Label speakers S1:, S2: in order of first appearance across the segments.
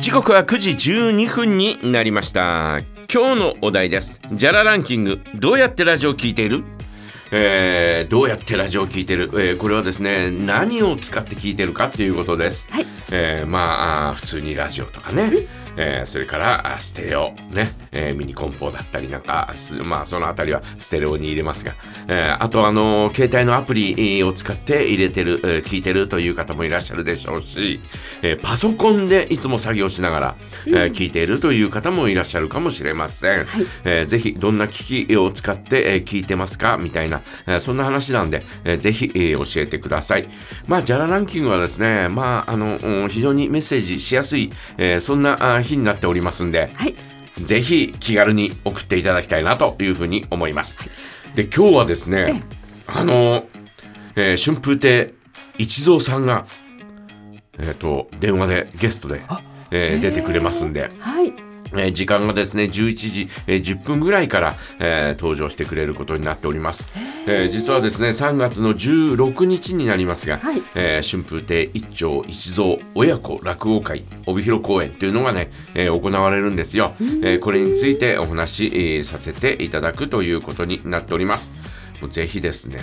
S1: 時刻は9時12分になりました今日のお題ですジャラランキングどうやってラジオ聞いているえーどうやってラジオを聞いてる、えーこれはですね何を使って聞いてるかっていうことです、
S2: はい
S1: えーまああー普通にラジオとかね、えーそれからあステレオね、えーミニコンポだったりなんかすまあそのあたりはステレオに入れますが、えーあとあのー携帯のアプリえーを使って入れてる、えー聞いてるという方もいらっしゃるでしょうし、えーパソコンでいつも作業しながら、えー聞いているという方もいらっしゃるかもしれません、えーぜひどんな機器を使って、えー聞いてますかみたいな、えーそんな話なんで、えーぜひ、えー教えてくださいまあジャラランキングはですねまああのうん非常にメッセージしやすい、えーそんなあー日になっておりますんで、
S2: はい
S1: ぜひ気軽に送っていただきたいなというふうに思います。で今日はですね、あの、えー春風亭一蔵さんが、えっと電話でゲストで、えー出てくれますんで。
S2: はい
S1: えー時間がですね、11時、えー10分ぐらいから、えー登場してくれることになっております。えー実はですね、3月の16日になりますが、
S2: はい
S1: えー春風亭一丁一蔵親子落語会帯広公演というのがね、えー行われるんですよ。えーこれについてお話し、えーさせていただくということになっております。もうぜひですね、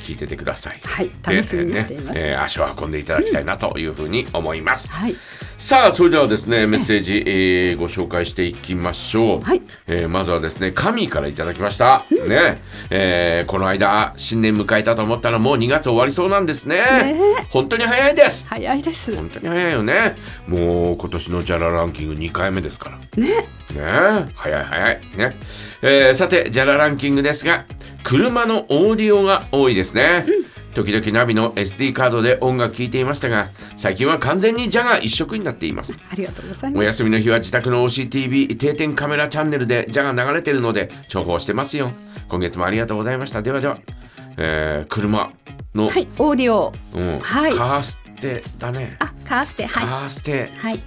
S1: 聞いててください。
S2: はい
S1: で
S2: 楽しみにしています
S1: えーねえー足を運んでいただきたいなというふうに思います。
S2: はい
S1: さあそれではですねメッセージ、えーご紹介していきましょう、
S2: はい
S1: えーまずはですね神からいただきましたね、えーこの間新年迎えたと思ったらもう2月終わりそうなんですね本当に早いです、
S2: 早いです
S1: 本当に早いよねもう今年のジャラランキング2回目ですから
S2: ね
S1: ねえ、早い早い。ね。えーさて、ジャラランキングですが、車のオーディオが多いですね。時々ナビの SD カードで音楽聴いていましたが、最近は完全にジャガ一色になっています。
S2: ありがとうござい
S1: お
S2: ます
S1: 休みの日は自宅の OCTV 定点カメラチャンネルでジャが流れてるので重宝してますよ。今月もありがとうございました。ではでは、えー車の、
S2: はいオーディオ
S1: うん
S2: はい
S1: カーステだね。
S2: あカーステは
S1: カーステ
S2: いはい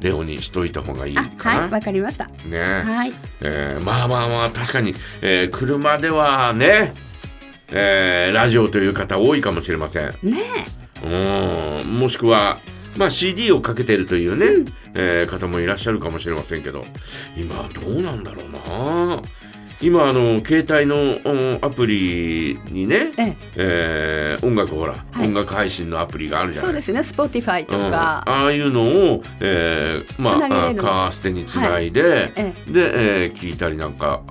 S1: レオにしといた方がいい
S2: あ
S1: かな。
S2: はいわかりました
S1: ね
S2: はい
S1: えーまあまあまあ確かに、えー車ではね、えーラジオという方多いかもしれません。
S2: ね
S1: うんもしくは、まあ、CD をかけてるというね、えー方もいらっしゃるかもしれませんけど今どうなんだろうな今あの携帯のうんアプリにね、
S2: ええ
S1: えー音楽ほら、
S2: はい
S1: 音楽配信のアプリがあるじゃ
S2: そ
S1: な
S2: う
S1: い
S2: ですね Spotify と
S1: うんあ
S2: か
S1: あいうのを、えーま
S2: つなげ
S1: あ、
S2: れる
S1: あ
S2: の
S1: カーステにつないで、
S2: え
S1: で、えー聞いたりなんか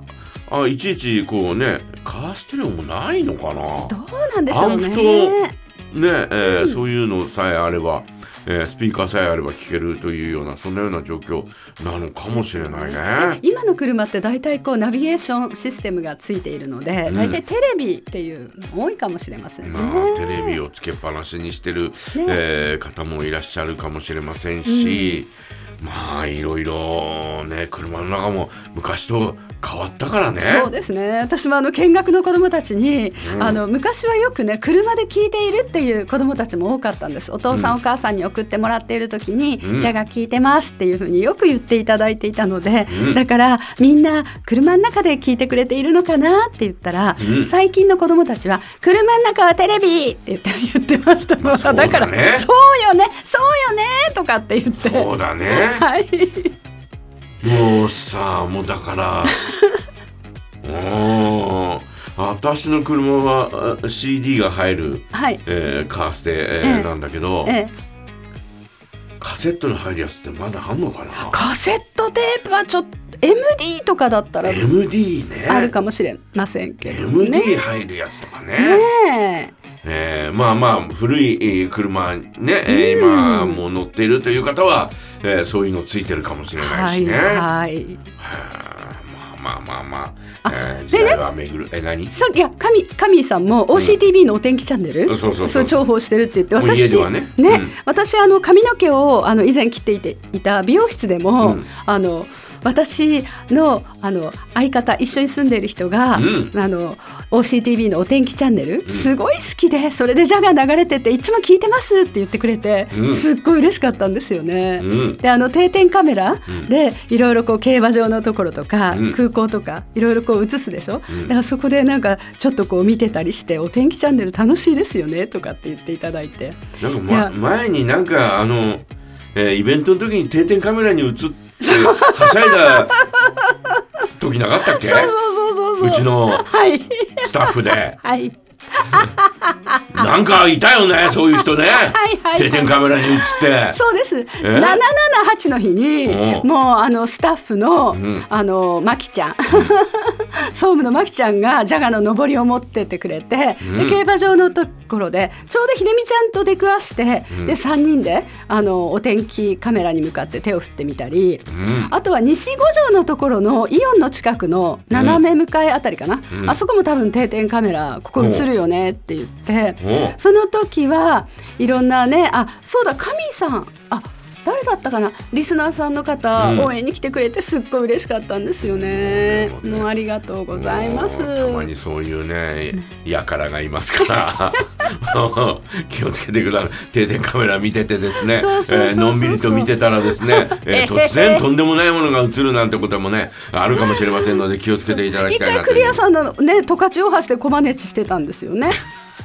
S1: あいちいちこうねカーステレオもないのかな
S2: どうなんでしょう
S1: アンプと
S2: ね
S1: ねえーそういうのさえあれば、えースピーカーさえあれば聞けるというようなそんなような状況なのかもしれないね。
S2: 今の車って大体こうナビゲーションシステムがついているので、
S1: うん
S2: 大体テレビっていうの多いかもしれませんね。
S1: まあ、テレビをつけっぱなしにしてる、えー方もいらっしゃるかもしれませんし、まあいろいろね車の中も昔と変わったからね。
S2: そうですね私もあの見学の子どもたちに、
S1: うん
S2: あの昔はよくね車で聞いているっていう子どもたちも多かったんですお父さん、
S1: うん
S2: お母さんに送ってもらっている時に「
S1: うん
S2: じゃが聞いてます」っていうふうによく言っていただいていたので、
S1: うん
S2: だからみんな車の中で聞いてくれているのかなって言ったら、
S1: うん
S2: 最近の子どもたちは「車の中はテレビ!」って言って言ってました、
S1: まあそうだね
S2: から「そうよねそうよね」とかって言って。
S1: そうだ ね。
S2: はい、
S1: もうさもうだから うん私の車はあ CD が入る、
S2: はい
S1: えーカーステ、えー
S2: ええ
S1: なんだけど、
S2: ええ
S1: カセットの入るやつってまだあんのかな
S2: カセットテープはちょっと MD とかだったら
S1: MD ね
S2: あるかもしれませんけどね。ね
S1: MD 入るやつとかね
S2: え
S1: えーまあまあ古いえー車ね、えー今もう乗っているという方は、えーそういうのついてるかもしれな
S2: はい
S1: し
S2: い
S1: ね、
S2: はい。
S1: はあまあまあまあまあ
S2: あ
S1: えー
S2: で
S1: 時
S2: ね
S1: 代は巡るえ何
S2: さっきいや神神さんも OCTV のお天気チャンネル、
S1: うんそうそうそう
S2: 重宝してるって言って
S1: もう
S2: 私
S1: 家ではねうん
S2: 私あの髪の毛をあの以前切っていていた美容室でも、
S1: うん
S2: あの私のあの相方一緒に住んでいる人が、
S1: うん
S2: あの OCTV のお天気チャンネル、
S1: ん
S2: すごい好きでそれでジャガー流れてていつも聞いてますって言ってくれて、
S1: うん
S2: すっごい嬉しかったんですよね。
S1: うん
S2: であの定点カメラ
S1: ん
S2: でいろいろこう競馬場のところとか、
S1: うん
S2: 空港とかいろいろこう映すでしょ、
S1: うん
S2: だからそこでなんかちょっとこう見てたりして「お天気チャンネル楽しいですよね」とかって言っていただいて
S1: なんか、
S2: い
S1: ま、
S2: や
S1: 前になんかあの、えーイベントの時に定点カメラに映ってはしゃいだ時なかったっけ
S2: そうそうそうそう
S1: うちの
S2: はい
S1: スタッフで
S2: はい
S1: なんかいたよねそういう人ね
S2: はいはい
S1: 定点カメラに映って
S2: そうです。七七八の日に
S1: お、う
S2: もうあのスタッフの、
S1: ん
S2: あのまきちゃん。 総務のまきちゃんがジャガの上りを持ってってくれて、
S1: うん
S2: で競馬場のところでちょうどひでみちゃんと出くわして、
S1: ん
S2: で3人であのお天気カメラに向かって手を振ってみたり、
S1: うん
S2: あとは西五条のところのイオンの近くの斜め向かいあたりかな、
S1: うん
S2: あそこも多分定点カメラここ映るよねって言って、
S1: おう
S2: その時はいろんなねあそうだ神さんあ誰だったかなリスナーさんの方、
S1: うん
S2: 応援に来てくれてすっごい嬉しかったんですよ
S1: な
S2: ね
S1: るほどね
S2: もうありがとうございます
S1: もうたまにそういうね、やからがいますから、 もう気をつけてください。定点カメラ見ててですね、
S2: そうそうそうそう
S1: えーのんびりと見てたらですね、えー突然とんでもないものが映るなんてこともね、あるかもしれませんので気をつけていただき
S2: 一
S1: たいな
S2: 回
S1: と
S2: ク
S1: い
S2: リ
S1: う
S2: ア。さんのね十勝大橋でコマネチしてたんですよ ね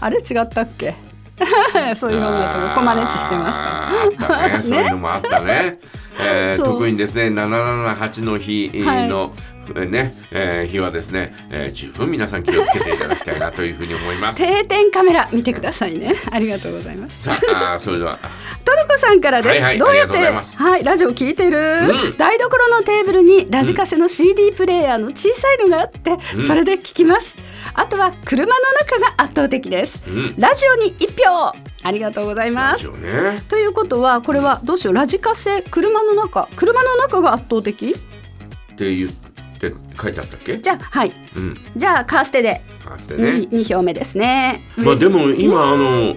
S2: あれ違ったっけ そういうのだとコマネチしてました
S1: あーあったね、そういうのもあったね。えー
S2: そう
S1: 特にですね、778の日の、
S2: は
S1: ね、えー日はですね、えー十分皆さん気をつけていただきたいなというふうに思い ます。
S2: 定点カメラ見てくださいねありがとうございます
S1: さああー、それでは。
S2: トルコさんからです。
S1: はいはい
S2: ど
S1: あ
S2: うやっ
S1: りがとうござ
S2: て
S1: います
S2: はいラジオ聞いてる、
S1: うん
S2: 台所のテーブルにラジカセの CD プレイヤーの小さいのがあって、
S1: うん
S2: それで聞きます。あとは車の中が圧倒的です。
S1: うん
S2: ラジオに一票ありがとうございま
S1: 以
S2: す
S1: 上。ね。
S2: ということはこれはどうしようラジカセ車の中車の中が圧倒的
S1: って言って書いてあったっけ
S2: じゃあはい
S1: うん
S2: じゃあカーステで
S1: あしてね
S2: 二、二票目ですね。
S1: まあ
S2: 嬉しい
S1: でも
S2: すね
S1: 今あの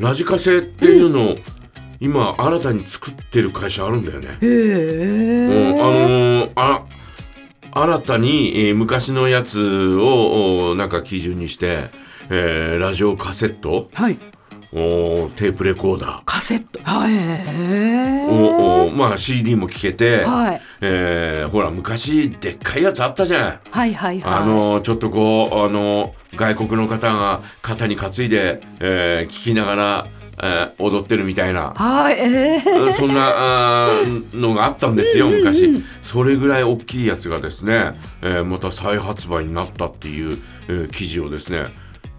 S1: ラジカセっていうのを、今新たに作ってる会社あるんだよね、
S2: へ
S1: うん、あ
S2: え。
S1: のーあ新たに、えー昔のやつをおなんか基準にして、えーラジオカセット
S2: はい
S1: おテープレコーダ
S2: カセットはいへ
S1: ー
S2: え。
S1: をおまあ CD も聴けて、
S2: はい
S1: えーほら昔でっかいやつあったじゃない
S2: はいはいはい。
S1: あのちょっとこうあの外国の方が肩に担いで、えー聞きながら、えー踊ってるみたいな
S2: はい、えー、
S1: そんなあーのがあったんですよ昔、それぐらい大きいやつがですね、えーまた再発売になったっていう、えー記事をですね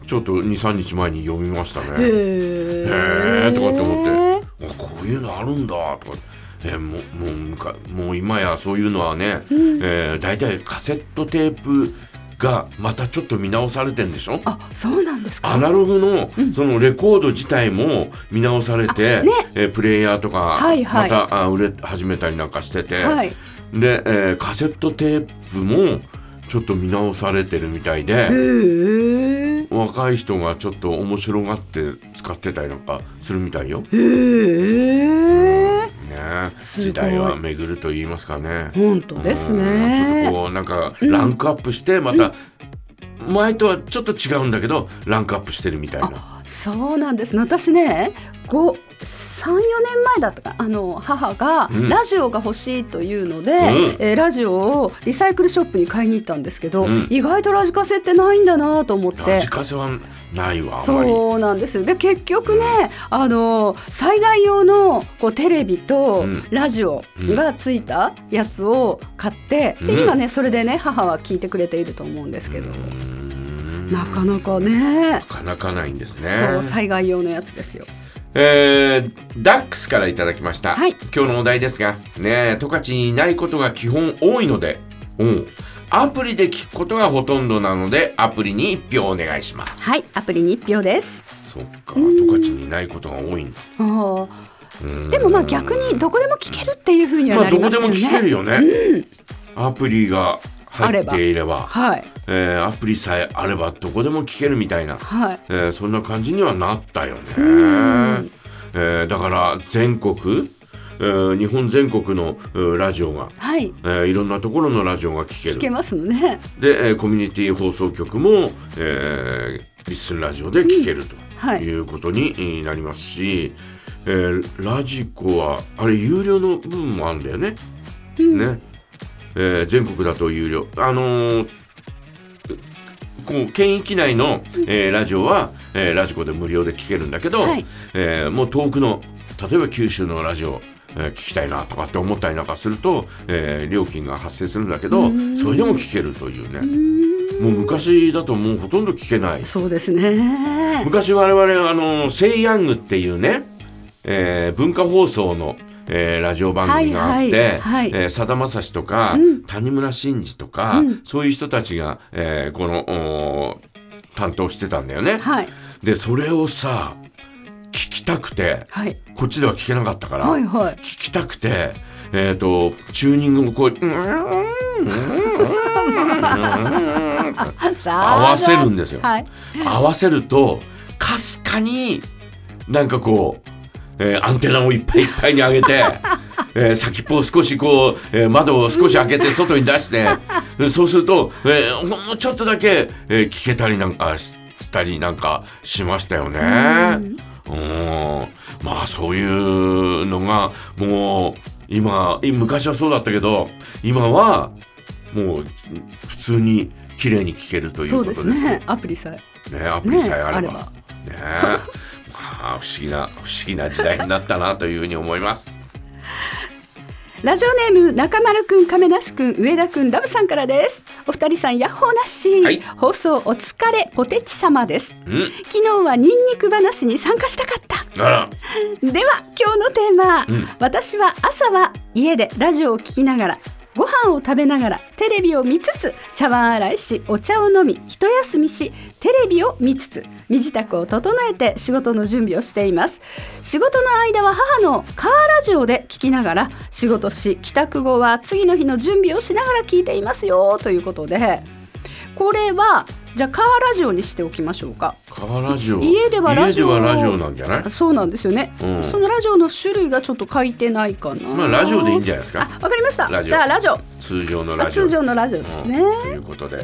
S1: ちょっと23日前に読みましたね。
S2: へ
S1: へ
S2: え
S1: えとかって思ってあこういうのあるんだとか、えーもうもうむかもう今やそういうのはね、えー大体カセットテープがまたちょっと見直されてんでしょ
S2: あそうなんですか
S1: アナログのそのレコード自体も見直されて、
S2: あね
S1: えープレイヤーとか
S2: はいは
S1: ま
S2: い
S1: たあ売れ始めたりなんかしてて、
S2: はい
S1: で、えーカセットテープもちょっと見直されてるみたいで。
S2: へえ
S1: 若い人がちょっと面白がって使ってたりなんかするみたいよ。
S2: へえ
S1: ね、
S2: すごい
S1: 時代は巡ると言いますかね。
S2: 本当です
S1: うんちょっと
S2: ね
S1: こうなんかランクアップしてまた、前とはちょっと違うんだけどランクアップしてるみたいな。
S2: そうなんです私ね5 34年前だったかあの母が
S1: うん
S2: ラジオが欲しいというので、
S1: ん
S2: えーラジオをリサイクルショップに買いに行ったんですけど、
S1: うん
S2: 意外とラジカセってないんだなと思って
S1: ラジカセはないわあんまり。
S2: そうなんですよで結局ね、あの災害用のこうテレビと
S1: うん
S2: ラジオがついたやつを買って、
S1: うん
S2: で今ねそれでね母は聞いてくれていると思うんですけど、なかなかね
S1: なかなかないんですね。
S2: そう災害用のやつですよ。
S1: えーダックスからいただきました、
S2: はい
S1: 今日のお題ですがねえ十勝にいないことが基本多いので、うん、アプリで聞くことがほとんどなのでアプリに1票お願いします
S2: はいアプリに一票です
S1: そっか十勝にいないことが多いんだ
S2: あー
S1: うん
S2: でもまあ逆にどこでも聞けるっていうふうには
S1: ま
S2: な
S1: あど
S2: り
S1: こ
S2: まし
S1: で
S2: た
S1: も
S2: よね。
S1: 聞けるよね、アプリが入っていれば
S2: はい
S1: えーアプリさえあればどこでも聞けるみたいな
S2: はい
S1: えーそんな感じにはなったよね。えーだから全国、えー日本全国のえーラジオが、
S2: はい
S1: えーいろんなところのラジオが聞ける
S2: 聞けますもんね。
S1: で、えーコミュニティ放送局も、えーリッスンラジオで聞けると
S2: はい
S1: いうことにえーなりますし、えーラジコはあれ有料の部分もあるんだよね。ね、えー全国だと有料あのーこう県域内の、えーラジオは、えーラジコで無料で聞けるんだけど、
S2: はい
S1: えーもう遠くの例えば九州のラジオええー聞きたいなとかって思ったりなんかすると、えー料金が発生するんだけどそれでも聞けるというねもう昔だともうほとんど聞けない
S2: そうですね。
S1: 昔我々あのセイヤングっていうね、えー文化放送の、えーラジオ番組があって、
S2: はいはいはい
S1: えーさだまさしとか、谷村新司とか、そういう人たちが、えーこのおー担当してたんだよね。
S2: はい
S1: でそれをさ聞きたくて
S2: はい
S1: こっちでは聞けなかったから、
S2: はいはい。
S1: 聞きたくて、えー、とチューニングもこううーん合
S2: 合
S1: わせるんですよ。
S2: はい。
S1: 合わせるとかすかになんかこう、えーアンテナをいっぱいいっぱいに上げて、 えー先っぽを少しこう、えー窓を少し開けて外に出して でそうすると、えーほんのちょっとだけ、えー聞けたりなんかしたりなんかしましたよね。うんまあそういうのがもう今い昔はそうだったけど今はもう普通に綺麗に聞けるという
S2: そ
S1: こ
S2: う
S1: と
S2: で
S1: です
S2: す
S1: よ
S2: ね。アプリさえ。
S1: ね、アプリさえあれば。ね
S2: ね
S1: え。まあ、不思議な、不思議な時代になったなというふうに思います。
S2: ラジオネーム中丸くん亀梨くん上田くんラブさんからですお二人さんヤッホーなっしー、
S1: はい
S2: 放送お疲れポテチ様です
S1: うん。
S2: 昨日はニンニク話に参加したかった
S1: あら、
S2: では今日のテーマ、
S1: うん
S2: 私は朝は家でラジオを聞きながらご飯を食べながらテレビを見つつ茶碗洗いしお茶を飲み一休みしテレビを見つつ身支度を整えて仕事の準備をしています仕事の間は母のカーラジオで聞きながら仕事し帰宅後は次の日の準備をしながら聞いていますよということでこれはじゃあカーラジオにしておきましょうか
S1: カーラジオ。
S2: 家ではラジオ
S1: 家ではラジオなんじゃない
S2: そうなんですよね、
S1: うん
S2: そのラジオの種類がちょっと書いてないかな
S1: まあ、ラジオでいいんじ
S2: ゃ
S1: ゃないです
S2: あ
S1: か。
S2: わかりました
S1: ラジオ
S2: じゃあラジオ
S1: 通常の
S2: あ
S1: ラジオ。
S2: 通常のラジオですね、
S1: うんということで。ね。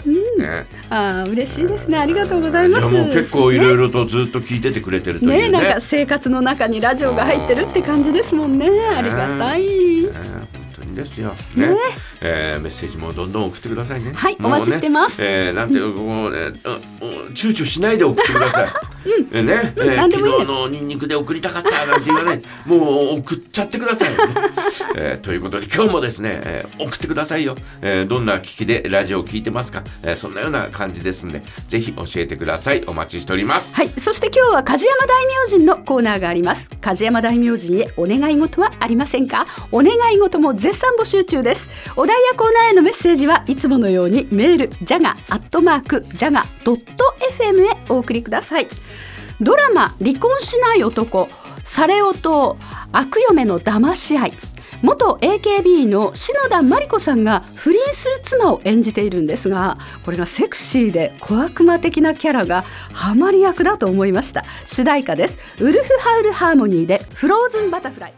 S2: あー嬉しいですねありがとうございます
S1: じゃあもう結構いろいろとずっと聞いててくれてるという
S2: ね
S1: ね。
S2: なんか生活の中にラジオが入ってるって感じですもんねありがたい
S1: ね本当にですよ。ね、えーメッセージもどんどん送ってくださいね。
S2: はい
S1: もうね
S2: お待ちしてます
S1: えーなんていうかこうね、あお躊躇しないで送ってください。え ーね、えー
S2: なんでもいい
S1: 昨日のニンニクで送りたかったなんて言わない。もう送っちゃってくだ さい、ね。えーということで今日もですね、えー送ってくださいよ、えーどんな機器でラジオを聞いてますか、えーそんなような感じですんで、ぜひ教えてください。お待ちしております。
S2: はいそして今日は梶山大名人のコーナーがあります梶山大名人へお願い事はありませんかお願い事も絶賛募集中ですお題やコーナーへのメッセージはいつものようにメールジャガアットマークジャガドット FM へお送りくださいドラマ離婚しない男サレ男悪嫁の騙し合い元 AKB の篠田真理子さんが不倫する妻を演じているんですがこれがセクシーで小悪魔的なキャラがハマり役だと思いました主題歌ですウルフハウルハーモニーでフローズンバタフライ